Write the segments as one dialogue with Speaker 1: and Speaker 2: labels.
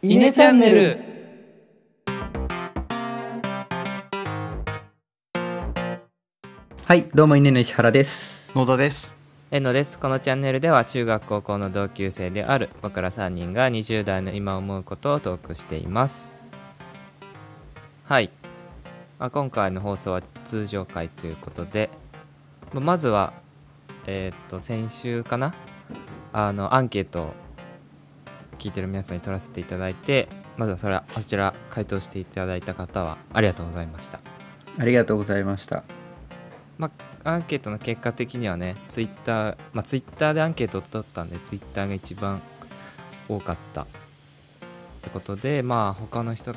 Speaker 1: イネチャンネル
Speaker 2: はい、どうも、稲の石原です。
Speaker 3: 野田です。
Speaker 1: えのですこのチャンネルでは中学高校の同級生である僕ら3人が20代の今思うことをトークしていますはい、まあ、今回の放送は通常回ということでまあまずはえーっと先週かなあのアンケートを聞いてる皆さんに取らせていただいてまずはそれはそちら回答していただいた方はありがとうございました
Speaker 2: ありがとうございました。
Speaker 1: まあ、アンケートの結果的にはねツイッター、まあ、ツイッターでアンケートを取ったんでツイッターが一番多かったってことでまあ他の人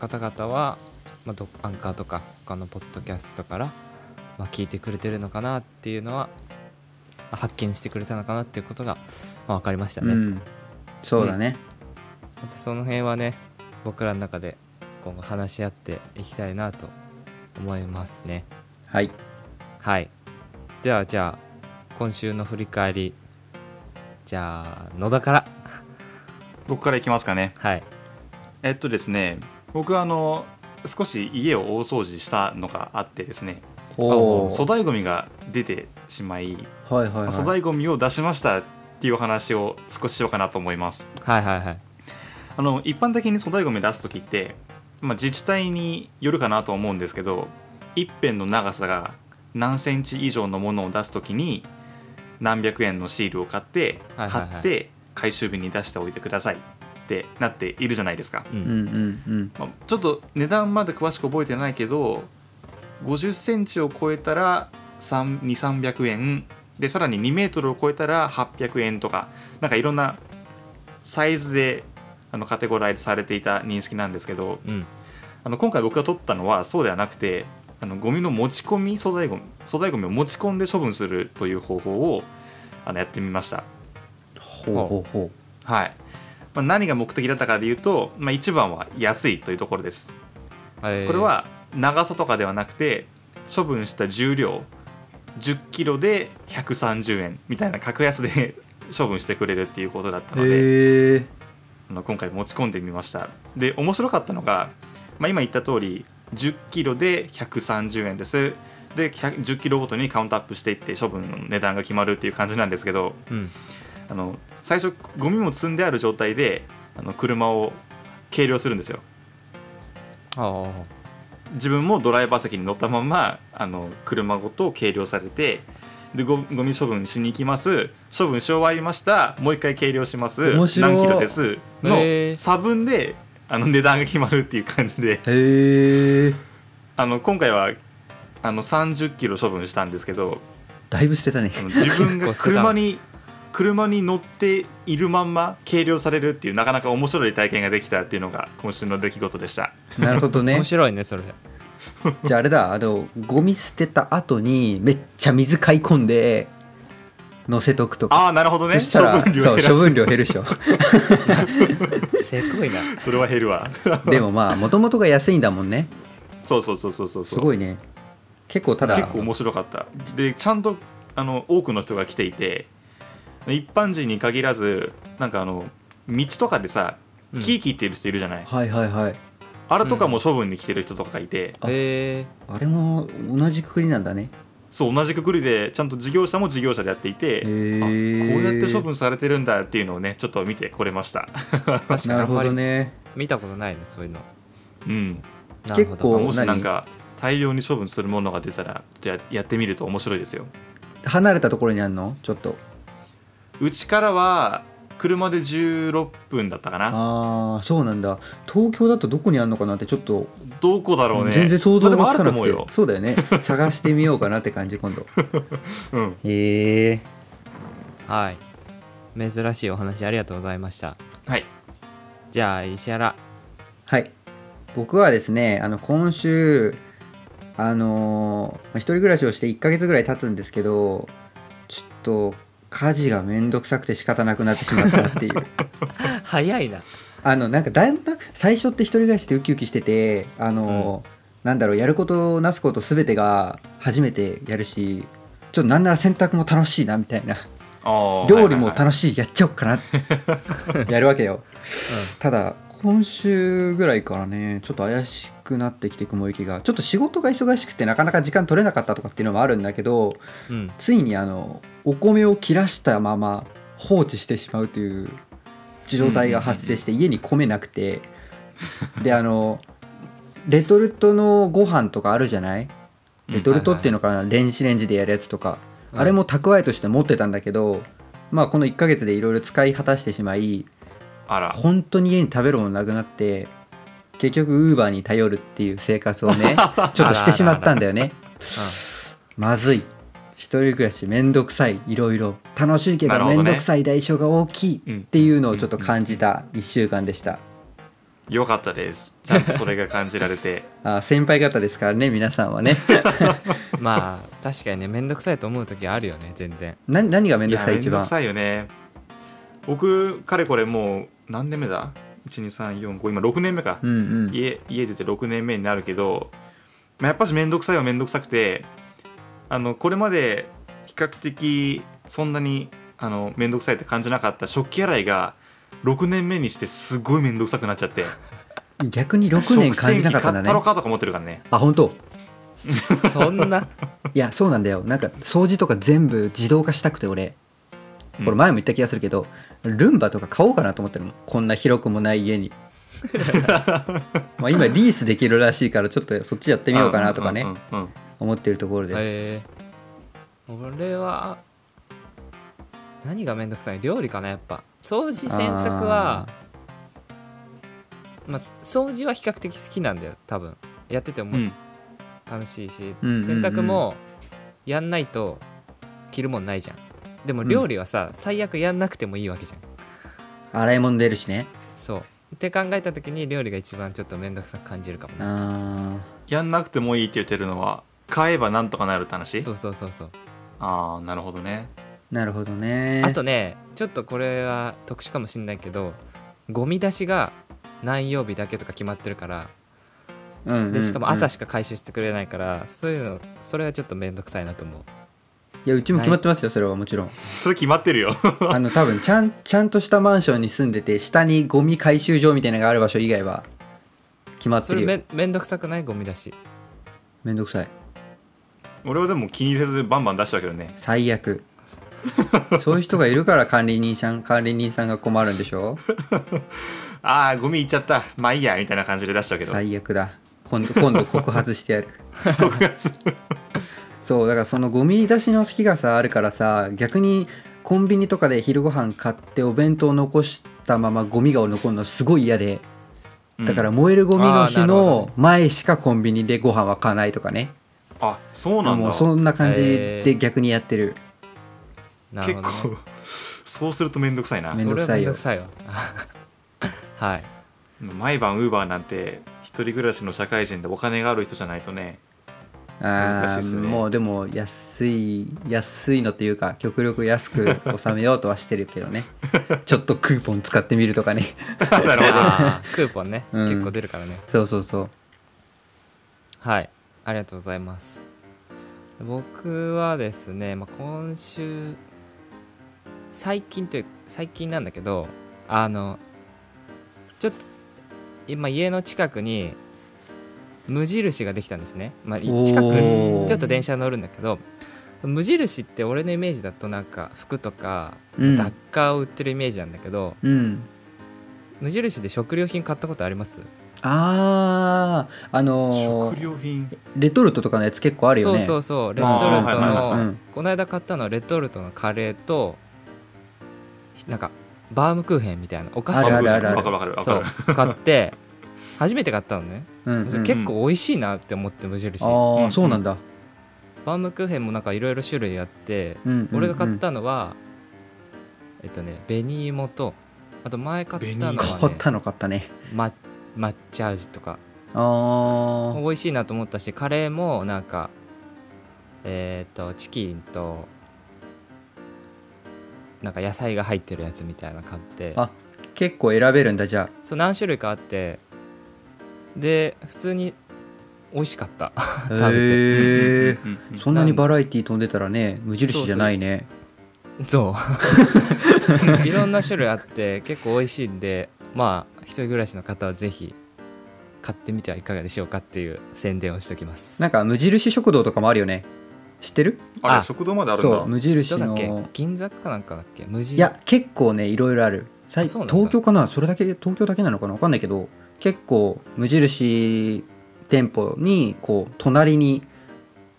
Speaker 1: 方々は、まあ、どアンカーとか他のポッドキャストから、まあ、聞いてくれてるのかなっていうのはまあ発見してくれたのかなっていうことが、まあ、分かりましたね、
Speaker 2: うん、そうだね。
Speaker 1: その辺はね僕らの中で今後話し合っていきたいなと思いますね
Speaker 2: はい。
Speaker 1: はい。ではじゃあ今週の振り返りじゃあ野田から
Speaker 3: 僕から行きますかね。
Speaker 1: はい
Speaker 3: えっとですね、僕はあの少し家を大掃除したのがあってですね、
Speaker 2: おお。
Speaker 3: 粗大ゴミが出てしまい、
Speaker 2: はいはい
Speaker 3: 粗
Speaker 2: はい。
Speaker 3: 大ゴミを出しましたっていうお話を少ししようかなと思います。
Speaker 1: はいはいはい
Speaker 3: あの一般的に粗大ゴミ出す時って、まあ、自治体によるかなと思うんですけど一辺の長さが何センチ以上のものを出す時に何百円のシールを買って
Speaker 1: はいはいはい
Speaker 3: 貼って回収日に出しておいてくださいってなっているじゃないですか、
Speaker 1: う
Speaker 2: うん
Speaker 1: ん、
Speaker 2: うんうん。
Speaker 3: まあちょっと値段まで詳しく覚えてないけど50センチを超えたら2300円でさらに2メートルを超えたら800円とかなんかいろんなサイズであのカテゴライズされていた認識なんですけど
Speaker 1: うん、
Speaker 3: あの今回僕が取ったのはそうではなくてあのゴミの持ち込み粗大ゴミ粗大ゴミを持ち込んで処分するという方法をあのやってみました。
Speaker 2: ほうほうほ
Speaker 3: はいまあ、何が目的だったかでいうと、まあ、一番は安いというところです。
Speaker 1: えー
Speaker 3: これは長さとかではなくて処分した重量1 0キロで130円みたいな格安で 処分してくれるっていうことだった
Speaker 2: う。
Speaker 3: ので、
Speaker 2: へえ。
Speaker 3: あの今回持ち込んでみましたで面白かったのが、まあ、今言った通り1 0キロで130円ですで100 10キロごとにカウントアップしていって処分の値段が決まるっていう感じなんですけど
Speaker 1: うん
Speaker 3: あの最初ゴミも積んである状態であの車を計量するんですよ
Speaker 1: ああ
Speaker 3: 自分もドライバー席に乗ったままあの車ごと計量されてでゴゴミ処分しに行きます処分し終わりましたもう一回計量します
Speaker 2: 面白い
Speaker 3: 何キロです
Speaker 1: へー
Speaker 3: の差分であの値段が決まるっていう感じで
Speaker 2: へえ。
Speaker 3: あの今回はあの30キロ処分したんですけど
Speaker 2: だいぶ捨てたね
Speaker 3: あ。の自分
Speaker 1: 結 構
Speaker 3: が
Speaker 1: 捨てた
Speaker 3: 車に車に乗っているまんま計量されるっていうなかなか面白い体験ができたっていうのが今週の出来事でした。
Speaker 2: なるほどね
Speaker 1: 面。白いねそれ
Speaker 2: じゃああれだ、あの、ゴミ捨てた後に、めっちゃ水買い込んで、乗せとくとか。
Speaker 3: ああなるほどね
Speaker 2: そしたら、そう、
Speaker 3: 減らす
Speaker 2: 処分量減るでしょ。
Speaker 1: せこいな
Speaker 3: それは減るわ。
Speaker 2: でもまあ、もともとが安いんだもんね。
Speaker 3: そうそうそうそうそう
Speaker 2: す
Speaker 3: そう
Speaker 2: ごいね。結構ただ、
Speaker 3: 結構面白かったでちゃんとあの多くの人が来ていて一般人に限らずなんかあの道とかでさ
Speaker 1: うん
Speaker 3: 木切ってる人いるじゃない、
Speaker 2: はいはいはい。
Speaker 3: あれとかも処分に来てる人とかがいて、
Speaker 2: あ
Speaker 1: え
Speaker 2: あれも同じくくりなんだね。
Speaker 3: そう同じくくりでちゃんと事業者も事業者でやっていて、
Speaker 2: へ
Speaker 3: あこ
Speaker 2: ー
Speaker 3: うやって処分されてるんだっていうのをねちょっと見てこれました、
Speaker 1: ー、確かに
Speaker 2: な
Speaker 1: あ
Speaker 2: る
Speaker 1: ん
Speaker 2: ほ
Speaker 1: ま
Speaker 2: ど
Speaker 1: り
Speaker 2: ね
Speaker 1: 見たことないねそういうの
Speaker 3: うん、
Speaker 1: なるほ
Speaker 2: 結構
Speaker 1: ど
Speaker 3: もしなんか大量に処分するものが出たらちょっとややってみると面白いですよ
Speaker 2: 離れたところにあるのちょっと
Speaker 3: うちからは車で16分だったかな
Speaker 2: ああそうなんだ東京だとどこにあるのかなってちょっと
Speaker 3: どこだろうね
Speaker 2: 全然想像がつかな
Speaker 3: ま
Speaker 2: く
Speaker 3: あ
Speaker 2: て
Speaker 3: でもあると思うよ
Speaker 2: そうだよ ね探してみようかなって感じ今度
Speaker 3: うん、
Speaker 2: へえ
Speaker 1: はい珍しいお話ありがとうございました
Speaker 3: はい。
Speaker 1: じゃあ石原
Speaker 2: はい僕はですねあの今週あのーまあ一人暮らしをして1ヶ月ぐらい経つんですけどちょっと家事がめんどくさくて仕方なくなってしまったっていう
Speaker 1: 早いな
Speaker 2: あのなんかだんだん最初って一人暮らしでウキウキしててあの、なんだろうやることなすこと全てが初めてやるしちょっとなんなら洗濯も楽しいなみたいな
Speaker 3: あー
Speaker 2: 料理も
Speaker 3: はいはいはい
Speaker 2: 楽しいやっちゃおうかなやるわけよただ今週ぐらいからねちょっと怪しくなってきて雲行きがちょっと仕事が忙しくてなかなか時間取れなかったとかっていうのもあるんだけど
Speaker 1: うん
Speaker 2: ついにあのお米を切らしたまま放置してしまうという状態が発生して家に米なくてであのレトルトのご飯とかあるじゃないレトルトっていうのかな電子レンジでやるやつとか
Speaker 1: うん
Speaker 2: あれも蓄えとして持ってたんだけどまあこの1ヶ月でいろいろ使い果たしてしまい
Speaker 3: あら
Speaker 2: 本当に家に食べるものなくなって結局ウーバーに頼るっていう生活を ねちょっとしてしまったんだよねまずい一人暮らしめんどくさいいろいろ楽しいけ
Speaker 3: なる
Speaker 2: ど
Speaker 3: ほ
Speaker 2: め
Speaker 3: どね
Speaker 2: んどくさい代償が大きい
Speaker 3: うん
Speaker 2: っていうのをちょっと感じた1週間でした
Speaker 3: よかったですちゃんとそれが感じられて
Speaker 2: あ先輩方ですからね皆さんは ね
Speaker 1: うんまあ確かにね面倒くさいと思う時あるよね全然
Speaker 2: な何 がめん
Speaker 3: い
Speaker 2: どく
Speaker 3: や
Speaker 2: さい
Speaker 3: めん
Speaker 2: 一
Speaker 3: ど
Speaker 2: 番
Speaker 3: くさいよね僕かれこれもう何年目だ ?12345 今6年目か、
Speaker 2: うんうん
Speaker 3: 家家出て6年目になるけど、まあ、やっぱし面倒くさいは面倒くさくてあのこれまで比較的そんなにあの面倒くさいって感じなかった食器洗いが6年目にしてすごい面倒くさくなっちゃって
Speaker 2: 逆に6年感じなかったんだ
Speaker 3: 食洗機買ったろ
Speaker 2: ね
Speaker 3: かとか持ってるからね
Speaker 2: あ本当
Speaker 1: そん ない
Speaker 2: やそうなんだよなんか掃除とか全部自動化したくて俺これ前も言った気がするけど、ルンバとか買おうかなと思ってるもんこんな広くもない 家にまあ今リースできるらしいからちょっとそっちやってみようかなとかね、
Speaker 3: うんうんうんうん
Speaker 2: 思ってるところです、
Speaker 1: ええ俺は何がめんどくさい料理かなやっぱ掃除洗濯はまあ掃除は比較的好きなんだよ多分やってて
Speaker 3: う
Speaker 1: も
Speaker 3: ん
Speaker 1: 楽しいし、
Speaker 2: うんうんうん
Speaker 1: 洗濯もやんないと着るもんないじゃんでも料理はさ、最悪やんなくてもいいわけじゃん
Speaker 2: 洗い物出るしね
Speaker 1: そうって考えた時に料理が一番ちょっとめんどくさく感じるかもな
Speaker 2: あ
Speaker 3: やんなくてもいいって言ってるのは買えばなんとかなるって話
Speaker 1: そうそうそうそう
Speaker 3: ああなるほどね
Speaker 2: ーなるほどね
Speaker 1: あとねちょっとこれは特殊かもしんないけどゴミ出しが何曜日だけとか決まってるから
Speaker 2: うんうんうん
Speaker 1: でしかも朝しか回収してくれないから、そういうのそれはちょっと面倒くさいなと思う
Speaker 2: いやうちも決まってますよそれはもちろん
Speaker 3: それ決まってるよ
Speaker 2: あの多分ちゃんちゃんとしたマンションに住んでて下にゴミ回収場みたいなのがある場所以外は決まっ
Speaker 1: そ
Speaker 2: てる
Speaker 1: れめ
Speaker 2: よめ
Speaker 1: んめんどくさくないゴミ出し
Speaker 2: んどくさい
Speaker 3: 俺はでも気にせずバンバン出しちゃうけどね
Speaker 2: 最悪そういう人がいるから管理人さん管理人さんが困るんでしょ
Speaker 3: ああゴミいっちゃったまあいいやみたいな感じで出しちゃうけど
Speaker 2: 最悪だ今度今度告発してや る
Speaker 3: 6月
Speaker 2: そうだからそのゴミ出しの日がさあるからさ逆にコンビニとかで昼ご飯買ってお弁当を残したままゴミが残るのすごい嫌でだから
Speaker 3: うん
Speaker 2: 燃えるゴミの
Speaker 1: あー
Speaker 2: 日
Speaker 1: なるほど
Speaker 2: の前しかコンビニでご飯は買わないとかね
Speaker 3: あそうなん
Speaker 2: もう
Speaker 3: だ
Speaker 2: そんな感じ
Speaker 1: へ
Speaker 2: で
Speaker 1: ー
Speaker 2: 逆にやってる
Speaker 1: なる
Speaker 3: 結
Speaker 1: ほ
Speaker 3: 構
Speaker 1: ど、ね、
Speaker 3: そうするとめんどくさいな
Speaker 2: めん
Speaker 1: それ
Speaker 2: どく
Speaker 1: は
Speaker 2: さ
Speaker 1: めん
Speaker 2: い
Speaker 1: ど
Speaker 2: よ
Speaker 1: くさいわ はい
Speaker 3: 毎晩ウーバーなんて一人暮らしの社会人でお金がある人じゃないと ね難し
Speaker 2: あ
Speaker 3: いっす
Speaker 2: ー
Speaker 3: ね
Speaker 2: もうでも安い安いのというか極力安く収めようとはしてるけど ねちょっとクーポン使ってみるとかね
Speaker 3: なるほど
Speaker 1: あークーポンね、
Speaker 2: うん
Speaker 1: 結構出るからね
Speaker 2: そうそうそう
Speaker 1: はいありがとうございます僕はですね、まあ、今週最近という最近なんだけどあのちょっと今家の近くに無印ができたんですね、まあ、い
Speaker 2: おー
Speaker 1: 近くにちょっと電車乗るんだけど無印って俺のイメージだとなんか服とか
Speaker 2: うん
Speaker 1: 雑貨を売ってるイメージなんだけど、
Speaker 2: うん
Speaker 1: 無印で食料品買ったことあります
Speaker 2: あああのー
Speaker 3: 食料品
Speaker 2: レトルトとかのやつ結構あるよね
Speaker 1: そううそうそうレ
Speaker 3: あー
Speaker 1: トルト
Speaker 3: はいはいはい
Speaker 2: はい
Speaker 1: の
Speaker 2: うん
Speaker 1: この間買ったのはレトルトのカレーとひなんかバームクーヘンみたいなお菓
Speaker 2: あ
Speaker 1: 子
Speaker 2: るあるあるある
Speaker 3: わかるわかるわか
Speaker 1: そ
Speaker 3: る
Speaker 1: う買って初めて買ったのね、
Speaker 2: う、んうん、
Speaker 1: 結構美味しいなって思って無印
Speaker 2: あ
Speaker 1: バ
Speaker 2: あ、
Speaker 3: うん
Speaker 2: そうなんだ、
Speaker 1: ームクーヘンもなんかいろいろ種類あって
Speaker 2: うんうんうん
Speaker 1: 俺が買ったのは、えっとね紅芋とあと前買ったの
Speaker 3: 紅
Speaker 1: は、
Speaker 2: 買
Speaker 1: ね
Speaker 2: ったの買ったね
Speaker 1: ま、抹茶味とか
Speaker 2: ああ
Speaker 1: 美味しいなと思ったしカレーもなんかえっ、とチキンとなんか野菜が入ってるやつみたいなの買って
Speaker 2: あ結構選べるんだじゃ
Speaker 1: そう何種類かあってで普通に美味しかった
Speaker 2: あ
Speaker 1: べて
Speaker 2: へえ
Speaker 3: うんうんうん
Speaker 2: そんなにバラエティー飛んでたらね無印じゃないね
Speaker 1: そういろんな種類あって結構美味しいんでまあ一人暮らしの方はぜひ買ってみてはいかがでしょうかっていう宣伝をしておきます
Speaker 2: なんか無印食堂とかもあるよね知ってる
Speaker 3: あ
Speaker 1: あ
Speaker 3: れ食堂まであるん
Speaker 2: そう
Speaker 3: だ
Speaker 2: 無印
Speaker 1: どうだっけ
Speaker 2: の
Speaker 1: 銀座かなんかだっけ無地
Speaker 2: いや結構ねいろいろある最
Speaker 1: あそうなんだ
Speaker 2: 東京かなそれだけ東京だけなのかなわかんないけど結構無印店舗にこう隣に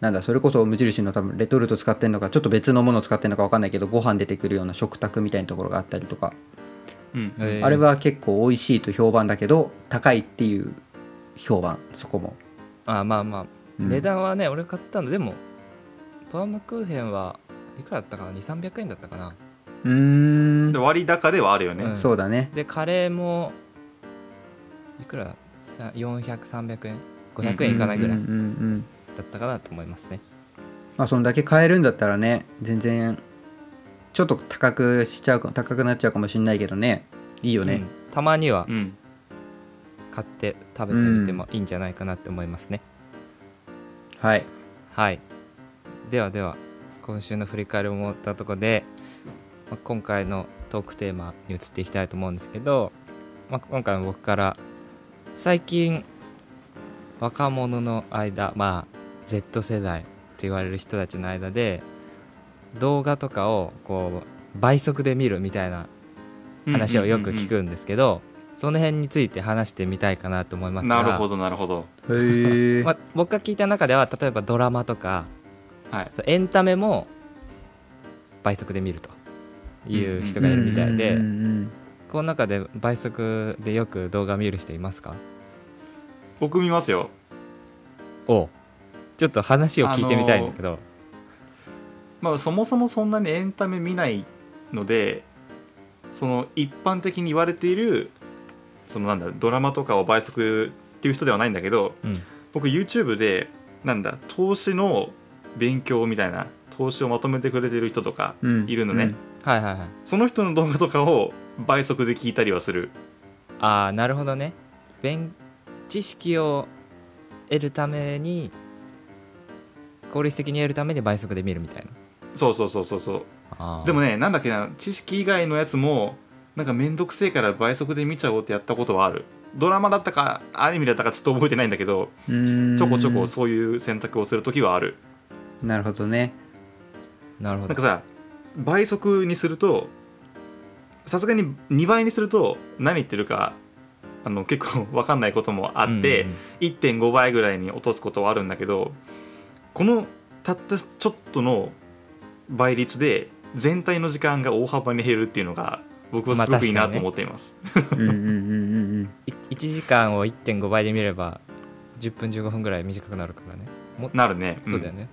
Speaker 2: なんだそれこそ無印の多分レトルト使ってんのかちょっと別のもの使ってんのかわかんないけどご飯出てくるような食卓みたいなところがあったりとか、
Speaker 3: うん
Speaker 1: えー
Speaker 2: あれは結構美味しいと評判だけど高いっていう評判そこも、
Speaker 1: あまあまあ
Speaker 2: うん
Speaker 1: 値段はね俺買ったのでもバームクーヘンはいくらだったかな2300円だったかな
Speaker 2: うーん
Speaker 3: で割高ではあるよね、
Speaker 1: うん
Speaker 2: そうだね
Speaker 1: でカレーもいくら400300円500円いかないぐらい
Speaker 2: うんうんうんうん
Speaker 1: だったかなと思いますね、
Speaker 2: まあそんだけ買えるんだったらね全然ちょっと高くしちゃうか高くなっちゃうかもしれないけどねいいよ
Speaker 1: う
Speaker 2: ね
Speaker 1: ん、たまには
Speaker 3: うん
Speaker 1: 買って食べてみてもいいんじゃないかなって思いますね、
Speaker 2: はい
Speaker 1: はいではでは今週の振り返りを持ったところで、まあ今回のトークテーマに移っていきたいと思うんですけど、まあ、今回も僕から最近若者の間まあ Z 世代って言われる人たちの間で動画とかをこう倍速で見るみたいな話をよく聞
Speaker 3: うんうんうん
Speaker 1: くんですけど、その辺について話してみたいかなと思いま
Speaker 3: う
Speaker 1: す
Speaker 3: ん
Speaker 1: が
Speaker 3: なるほどなるほど
Speaker 2: へ え
Speaker 1: まあ、僕が聞いた中では例えばドラマとか
Speaker 3: はい
Speaker 1: そうエンタメも倍速で見るという人がいるみたいで、この中で倍速でよく動画見る人いますか
Speaker 3: 僕見ますよ
Speaker 1: おうちょっと話を聞いてみたいんだけど、
Speaker 3: まあそもそもそんなにエンタメ見ないのでその一般的に言われているそのなんだドラマとかを倍速っていう人ではないんだけど
Speaker 1: うん
Speaker 3: 僕 YouTube でなんだ投資の勉強みたいな投資をまとめてくれてる人とかいるのね、
Speaker 1: はいはいはい
Speaker 3: その人の動画とかを倍速で聞いたりはする
Speaker 1: ああなるほどね勉知識を得るために効率的に得るために倍速で見るみたいな
Speaker 3: そうそうそうそうそう
Speaker 1: あー
Speaker 3: でもねなんだっけな知識以外のやつもなんかめんどくせえから倍速で見ちゃおうってやったことはあるドラマだったかアニメだったかちょっと覚えてないんだけど
Speaker 2: うん
Speaker 3: ちょこちょこそういう選択をするときはある
Speaker 2: なるほどね
Speaker 1: なるほ
Speaker 3: なん
Speaker 1: ど
Speaker 3: かさ倍速にするとさすがに2倍にすると何言ってるかあの結構分かんないこともあって、
Speaker 1: うんうん
Speaker 3: 1.5倍ぐらいに落とすことはあるんだけどこのたったちょっとの倍率で全体の時間が大幅に減るっていうのが僕はすごくいい
Speaker 1: まあ確かにね
Speaker 3: なと思っています、
Speaker 2: うんうんうんうんうん
Speaker 1: い1時間を1.5倍で見れば10分15分ぐらい短くなるからねも
Speaker 3: なるね、ん
Speaker 1: そうだよね、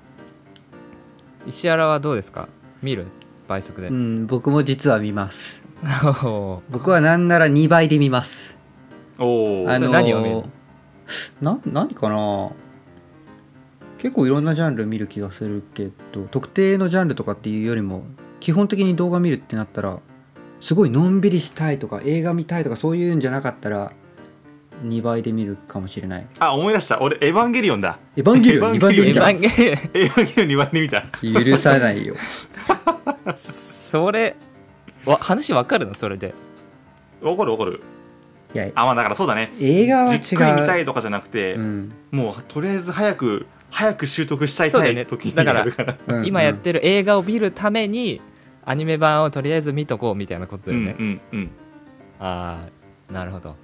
Speaker 1: 石原はどうですか見る倍速で、
Speaker 2: うん僕も実は見ます
Speaker 1: おー
Speaker 2: 僕はなんなら2倍で見ます
Speaker 3: おお、
Speaker 1: あそれ
Speaker 2: ー
Speaker 1: 何を見るの
Speaker 2: な何かな結構いろんなジャンル見る気がするけど特定のジャンルとかっていうよりも基本的に動画見るってなったらすごいのんびりしたいとか映画見たいとかそういうんじゃなかったら2倍で見るかもしれない
Speaker 3: あ思い出した俺エヴァンゲリオンだ
Speaker 2: エヴァンゲリオン2
Speaker 3: エヴァン
Speaker 2: 倍
Speaker 3: ゲ
Speaker 2: で
Speaker 3: リ
Speaker 2: 見
Speaker 1: エ
Speaker 3: オ
Speaker 1: ヴ
Speaker 3: ン
Speaker 1: ァンゲ
Speaker 2: た
Speaker 1: リ
Speaker 3: エヴァンゲリオン2倍で見た
Speaker 2: 許さないよ
Speaker 1: オンそれわ話わかるのそれで
Speaker 3: わかるわかる
Speaker 2: いや
Speaker 3: あまあだからそうだね
Speaker 2: 映画は違
Speaker 3: じ
Speaker 2: う
Speaker 3: っくり見たいとかじゃなくて、
Speaker 2: うん
Speaker 3: もうとりあえず早く早く習得したい
Speaker 1: そう
Speaker 3: た
Speaker 1: だよね
Speaker 3: い時に
Speaker 1: だから
Speaker 3: やるから
Speaker 2: うん
Speaker 1: 今やってる映画を見るためにアニメ版をとりあえず見とこうみたいなことだ
Speaker 3: う
Speaker 1: よ
Speaker 3: ん
Speaker 1: ね、
Speaker 3: うんうん
Speaker 1: ああなるほど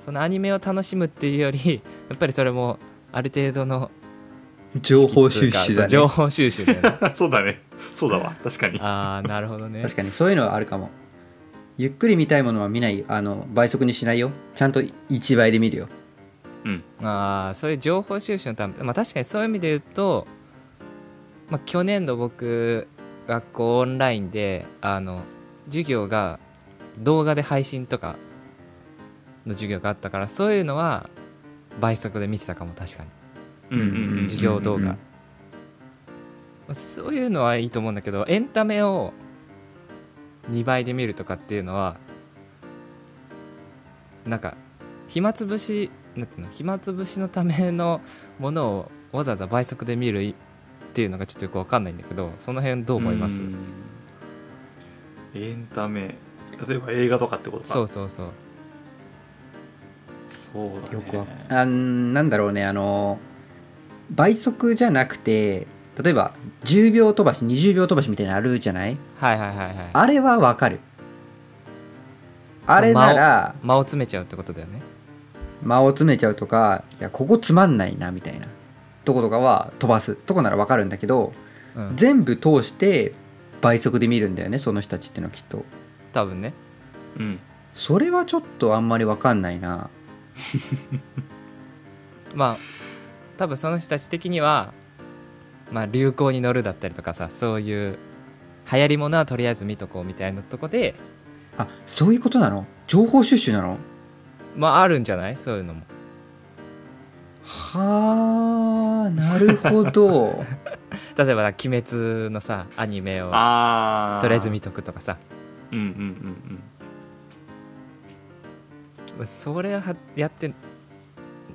Speaker 1: そのアニメを楽しむっていうよりやっぱりそれもある程度の
Speaker 2: 情報収集だね
Speaker 1: 情報収集だよね
Speaker 3: そうだねそうだわ確かに
Speaker 1: ああなるほどね
Speaker 2: 確かにそういうのはあるかもゆっくり見たいものは見ないあの倍速にしないよちゃんと1倍で見るよ
Speaker 3: うん
Speaker 1: あーそういう情報収集のため、まあ、確かにそういう意味で言うと、まあ、去年の僕学校オンラインであの授業が動画で配信とかの授業があったからそういうのは倍速で見てたかも確かに
Speaker 3: うんうんうん
Speaker 1: 授業動画、まあそういうのはいいと思うんだけどエンタメを2倍で見るとかっていうのはなんか暇つぶしなんていうの暇つぶしのためのものをわざわざ倍速で見るいっていうのがちょっとよくわかんないんだけどその辺どう思います
Speaker 3: うんエンタメ例えば映画とかってことか
Speaker 1: そうそうそう
Speaker 3: そうだね
Speaker 2: よくわあんなんだろうねあの倍速じゃなくて例えば10秒飛ばし20秒飛ばしみたいなのあるじゃない
Speaker 1: はいはいはいはい
Speaker 2: あれはわかるあれなら
Speaker 1: 間を詰めちゃうってことだよね
Speaker 2: 間を詰めちゃうとかいやここつまんないなみたいなとことかは飛ばすとこならわかるんだけど
Speaker 1: うん
Speaker 2: 全部通して倍速で見るんだよねその人たちってのはきっと
Speaker 1: 多分ね
Speaker 3: うん
Speaker 2: それはちょっとあんまりわかんないな
Speaker 1: まあ多分その人たち的にはまあ流行に乗るだったりとかさそういう流行りものはとりあえず見とこうみたいなとこで
Speaker 2: あそういうことなの情報収集なの
Speaker 1: まああるんじゃないそういうのも
Speaker 2: はあなるほ ど
Speaker 1: 例えば「鬼滅」のさアニメを
Speaker 3: ああ
Speaker 1: とりあえず見とくとかさ
Speaker 3: うんうんうん
Speaker 1: それはやって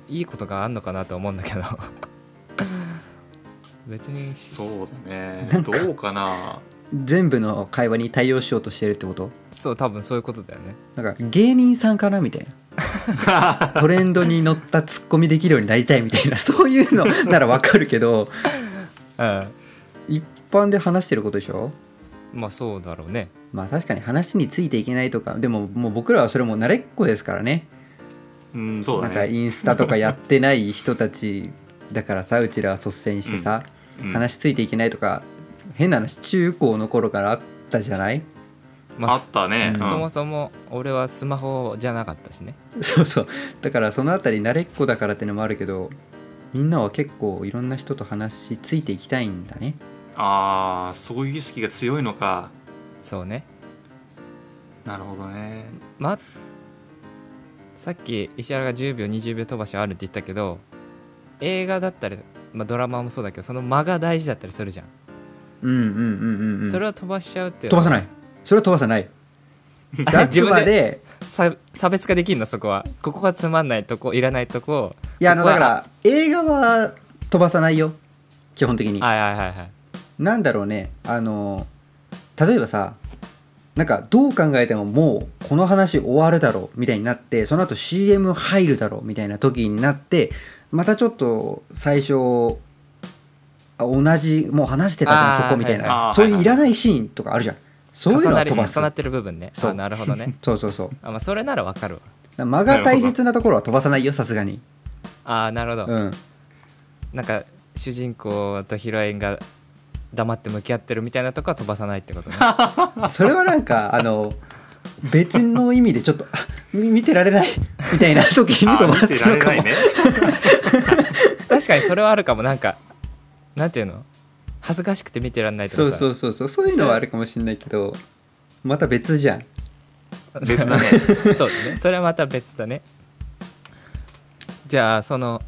Speaker 1: いいことがあんのかなと思うんだけど 別に
Speaker 3: うん
Speaker 1: そ
Speaker 3: そうだね
Speaker 2: なんか
Speaker 3: どうかな
Speaker 2: 全部の会話に対応しようとしてるってこと
Speaker 1: そう多分そういうことだよね
Speaker 2: なんか芸人さんかなみたいなトレンドに乗ったツッコミできるようになりたいみた いなそういうのならわかるけど
Speaker 1: うん
Speaker 2: 一般で話してることでしょ
Speaker 1: まあそうだろうね
Speaker 2: まあ確かに話についていけないとかでももう僕らはそれも慣れっこですからね
Speaker 3: うんそう
Speaker 2: な
Speaker 3: だ
Speaker 2: んか
Speaker 3: ね
Speaker 2: インスタとかやってない人たちだからさうちらは率先してさ、
Speaker 3: うん
Speaker 2: 話ついていけないとか変な話中高の頃からあったじゃない
Speaker 1: ま
Speaker 3: あったね
Speaker 2: うん
Speaker 1: そもそも俺はスマホじゃなかったしね
Speaker 2: そうそうだからそのあたり慣れっこだからってのもあるけどみんなは結構いろんな人と話ついていきたいんだね
Speaker 3: ああそういう意識が強いのか
Speaker 1: そうね
Speaker 3: なるほどね
Speaker 1: まあさっき石原が10秒20秒飛ばしあるって言ったけど映画だったり、まあ、ドラマもそうだけどその間が大事だったりするじゃん、
Speaker 2: うんうんうんうん、うん、
Speaker 1: それを飛ばしちゃうっていう
Speaker 2: 飛ばさないそれは飛ばさ ないあ
Speaker 1: 自
Speaker 2: く
Speaker 1: 分
Speaker 2: ま
Speaker 1: で
Speaker 2: で
Speaker 1: さ差別化できるのそこはここがつまんないとこいらないとこ
Speaker 2: いやあの
Speaker 1: ここ
Speaker 2: だ
Speaker 1: は
Speaker 2: から映画は飛ばさないよ基本的に
Speaker 1: はいはいはいはい
Speaker 2: なんだろうねあの例えばさなんかどう考えてももうこの話終わるだろうみたいになってその後 CM 入るだろうみたいな時になってまたちょっと最初あ同じもう話してたじ
Speaker 1: あー
Speaker 2: ゃんそこみたい
Speaker 3: はいは
Speaker 2: な、
Speaker 3: い
Speaker 2: そういういらないシーンとかあるじゃんそういう
Speaker 1: 重
Speaker 2: の
Speaker 1: な
Speaker 2: は
Speaker 1: り
Speaker 2: 飛ば
Speaker 1: 重
Speaker 2: す
Speaker 1: なってる部分ね
Speaker 2: そう
Speaker 1: あなるほどね
Speaker 2: そうそうそう
Speaker 1: あ、まあ、それならわかるわ
Speaker 2: 間が大切なところは飛ばさないよさすがに
Speaker 1: あーなるほど、
Speaker 2: うん
Speaker 1: なんか主人公とヒロインが黙って向き合ってるみたいなとこは飛ばさないってことね
Speaker 2: それはなんか あの別の意味でちょっとあみ見てられないみたいな時に
Speaker 3: あ
Speaker 2: 飛ば
Speaker 3: ー
Speaker 2: す
Speaker 3: 見てら
Speaker 2: の
Speaker 3: れ
Speaker 2: か
Speaker 3: ない
Speaker 2: も
Speaker 3: ね
Speaker 1: 確かにそれはあるかもなんかなんていうの恥ずかしくて見てらんないとか
Speaker 2: そう
Speaker 1: さ
Speaker 2: そうそうそうそういうのはあるかもしれないけどまた別じゃん
Speaker 3: 別だね
Speaker 1: そうだねそれはまた別だねじゃあその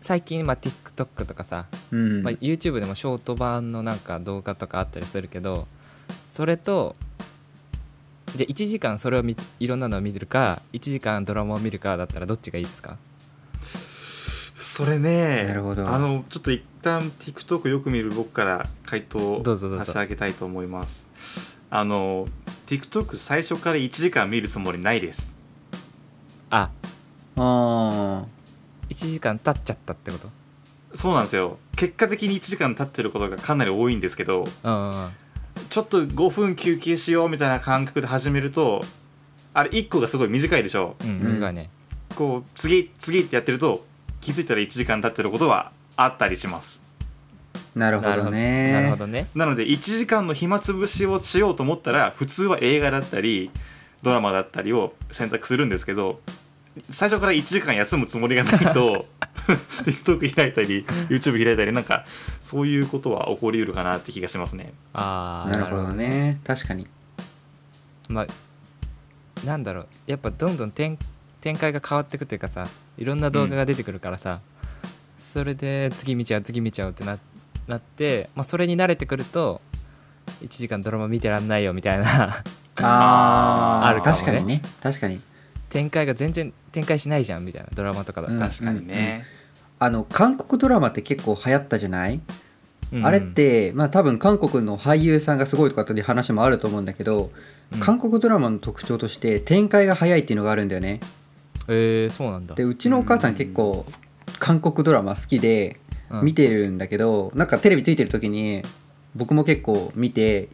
Speaker 1: 最近、まあ、TikTok とかさ、
Speaker 2: うん、
Speaker 1: まあ、YouTube でもショート版のなんか動画とかあったりするけどそれとじゃあ1時間それを見ついろんなのを見るか1時間ドラマを見るかだったらどっちがいいですか
Speaker 3: それね
Speaker 2: なるほど
Speaker 3: あのちょっと一旦 TikTok よく見る僕から回答を
Speaker 1: どうぞどうぞ
Speaker 3: 差し上げたいと思いますあの TikTok 最初から1時間見るつもりないです
Speaker 1: あ
Speaker 2: あ
Speaker 1: 1時間経っちゃったってこと
Speaker 3: そうなんですよ結果的に1時間経ってることがかなり多いんですけど
Speaker 1: うんうんうん
Speaker 3: ちょっと5分休憩しようみたいな感覚で始めるとあれ1個がすごい短いでしょ
Speaker 1: うん
Speaker 2: うん
Speaker 1: 短いね
Speaker 3: こう次次ってやってると気づいたら1時間経ってることはあったりします
Speaker 2: ーなるほどね
Speaker 1: なるほどね
Speaker 3: なので1時間の暇つぶしをしようと思ったら普通は映画だったりドラマだったりを選択するんですけど最初から1時間休むつもりがないと TikTok 開いたり YouTube 開いたりなんかそういうことは起こりうるかなって気がしますね。
Speaker 1: ああ
Speaker 2: なるほどね確かに
Speaker 1: まあなんだろうやっぱどんどん展展開が変わってくというかさいろんな動画が出てくるからさ、それで次見ちゃう次見ちゃうってななって、まあ、それに慣れてくると1時間ドラマ見てらんないよみたいな
Speaker 2: あー
Speaker 1: あるかもね
Speaker 2: 確かにね確かに
Speaker 1: 展開が全然展開しないじゃんみたいなドラマとかだったら、
Speaker 3: 確かにね。
Speaker 2: あの韓国ドラマって結構流行ったじゃない、
Speaker 1: うん
Speaker 2: あれっ、てまあ多分韓国の俳優さんがすごいとかっていう話もあると思うんだけど、
Speaker 1: うん
Speaker 2: 韓国ドラマの特徴として展開が早いっていうのがあるんだよね
Speaker 1: えー、そうなんだ
Speaker 2: でうちのお母さん結構韓国ドラマ好きで
Speaker 1: うん
Speaker 2: 見てるんだけど、なんかテレビついてる時に僕も結構見て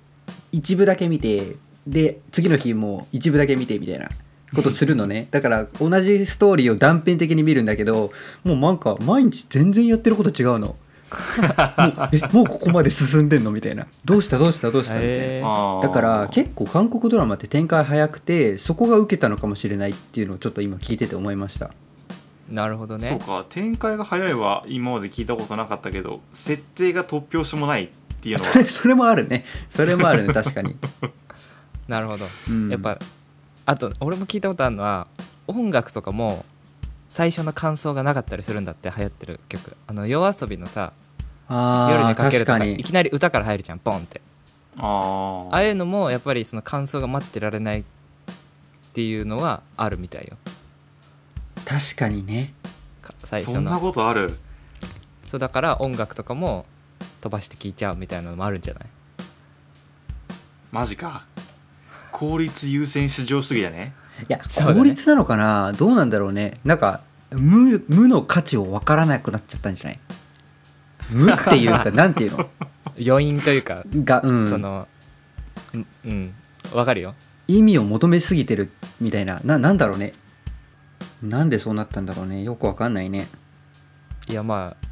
Speaker 2: 一部だけ見てで次の日も一部だけ見てみたいなことするの ねだから同じストーリーを断片的に見るんだけどもうなんか毎日全然やってるこ と違うのもうえもうここまで進んでんのみたいなどうしたどうしたどうしたみたいな、
Speaker 1: えー
Speaker 3: あー
Speaker 2: だから結構韓国ドラマって展開早くてそこが受けたのかもしれないっていうのをちょっと今聞いてて思いました
Speaker 1: なるほど
Speaker 3: そう
Speaker 1: ね
Speaker 3: か展開が早いは今まで聞いたことなかったけど設定が突拍子もないっていうの
Speaker 2: そ
Speaker 3: は
Speaker 2: れそれもあるねそれもあるね確かに、
Speaker 1: なるほど、
Speaker 2: うん
Speaker 1: やっぱあと俺も聞いたことあるのは音楽とかも最初の感想がなかったりするんだって流行ってる曲あの夜遊びのさ「
Speaker 2: あー
Speaker 1: 夜にかける」と
Speaker 2: 確か
Speaker 1: か
Speaker 2: に
Speaker 1: いきなり歌から入るじゃんポンって
Speaker 3: あ
Speaker 1: ああいうのもやっぱりその感想が待ってられないっていうのはあるみたいよ
Speaker 2: 確かにね
Speaker 1: か
Speaker 3: あ
Speaker 1: 最
Speaker 3: そ
Speaker 1: 初
Speaker 3: んな
Speaker 1: の
Speaker 3: ことある
Speaker 1: そうだから音楽とかも飛ばして聴いちゃうみたいなのもあるんじゃない
Speaker 3: マジか効率優先至上主義だね
Speaker 2: いや、
Speaker 1: そうだね
Speaker 2: 効率なのかなどうなんだろうねなんか無無の価値を分からなくなっちゃったんじゃない無っていうかなんていう の
Speaker 1: 余韻というか、
Speaker 2: が、うん、
Speaker 1: そのうんうんわかるよ
Speaker 2: 意味を求めすぎてるみたいなななんだろうねなんでそうなったんだろうねよく分かんないね
Speaker 1: いやまあ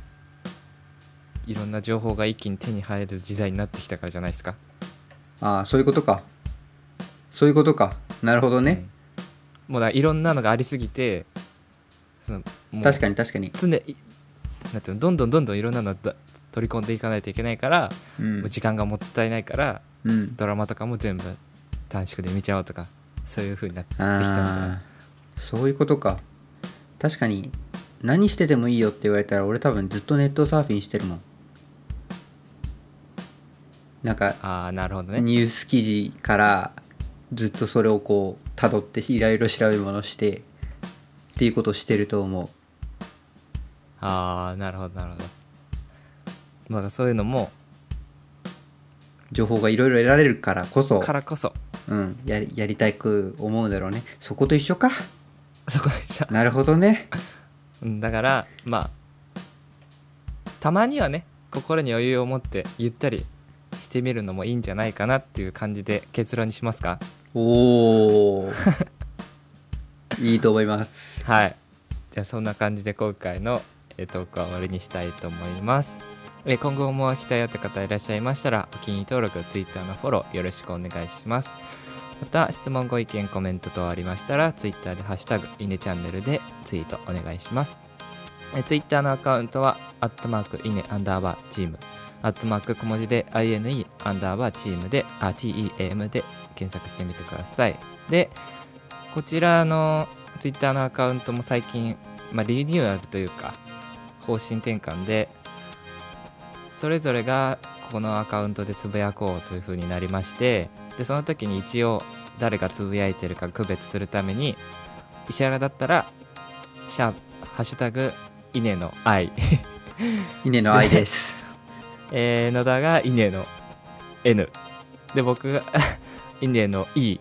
Speaker 1: いろんな情報が一気に手に入る時代になってきたからじゃないですか
Speaker 2: ああそういうことかそういうことかなるほどね、
Speaker 1: うんもうだからいろんなのがありすぎてそのもう
Speaker 2: 確かに確かに、
Speaker 1: 常いなんていうのどんどんどんどんいろんなのだ取り込んでいかないといけないから、
Speaker 2: う
Speaker 1: もうん時間がもったいないから
Speaker 2: うん、
Speaker 1: ドラマとかも全部短縮で見ちゃおうとかそういう風になってきたんだ
Speaker 2: ああそういうことか確かに何しててもいいよって言われたら俺多分ずっとネットサーフィンしてるもんなんか
Speaker 1: ああーなるほどね
Speaker 2: ニュース記事からずっとそれをこう辿っていろいろ調べ物してっていうことをしてると思う
Speaker 1: ああなるほどなるほどまあそういうのも
Speaker 2: 情報がいろいろ得られるからこそ
Speaker 1: からこそ
Speaker 2: うん、やりやりたく思うんだろうねそこと一緒か
Speaker 1: そこじゃ
Speaker 2: なるほ どね
Speaker 1: うんだからまあたまにはね心に余裕を持ってゆったりしてみるのもいいんじゃないかなっていう感じで結論にしますか
Speaker 2: おおいいと思 います
Speaker 1: はいじゃあそんな感じで今回のえートークは終わりにしたいと思いますえー今後も聞きたいよって方いらっしゃいましたらお気に入り登録 Twitter のフォローよろしくお願いしますまた質問ご意見コメント等ありましたら Twitter で「ハッシュタグいねチャンネル」でツイートお願いしますえー Twitter のアカウントはアットマークいねアンダーバーチームアットマーク小文字で INE アンダーバーチームであ TEAM で検索してみてくださいでこちらのツイッターのアカウントも最近、まあ、リニューアルというか方針転換でそれぞれがここのアカウントでつぶやこうというふうになりましてでその時に一応誰がつぶやいてるか区別するために石原だったら「シャープハッシュタグ稲の愛」
Speaker 2: 稲の愛です
Speaker 1: えー野田が稲の N で僕が 稲の E っ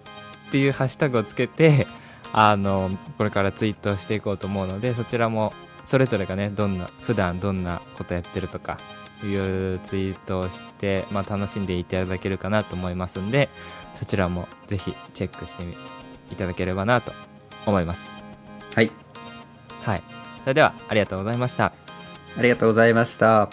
Speaker 1: ていうハッシュタグをつけてあのこれからツイートしていこうと思うのでそちらもそれぞれがねどんな普段どんなことやってるとかいうツイートをして、まあ、楽しんでいただけるかなと思いますんでそちらもぜひチェックしてみいただければなと思います
Speaker 2: はい
Speaker 1: はいそれではありがとうございました
Speaker 2: ありがとうございました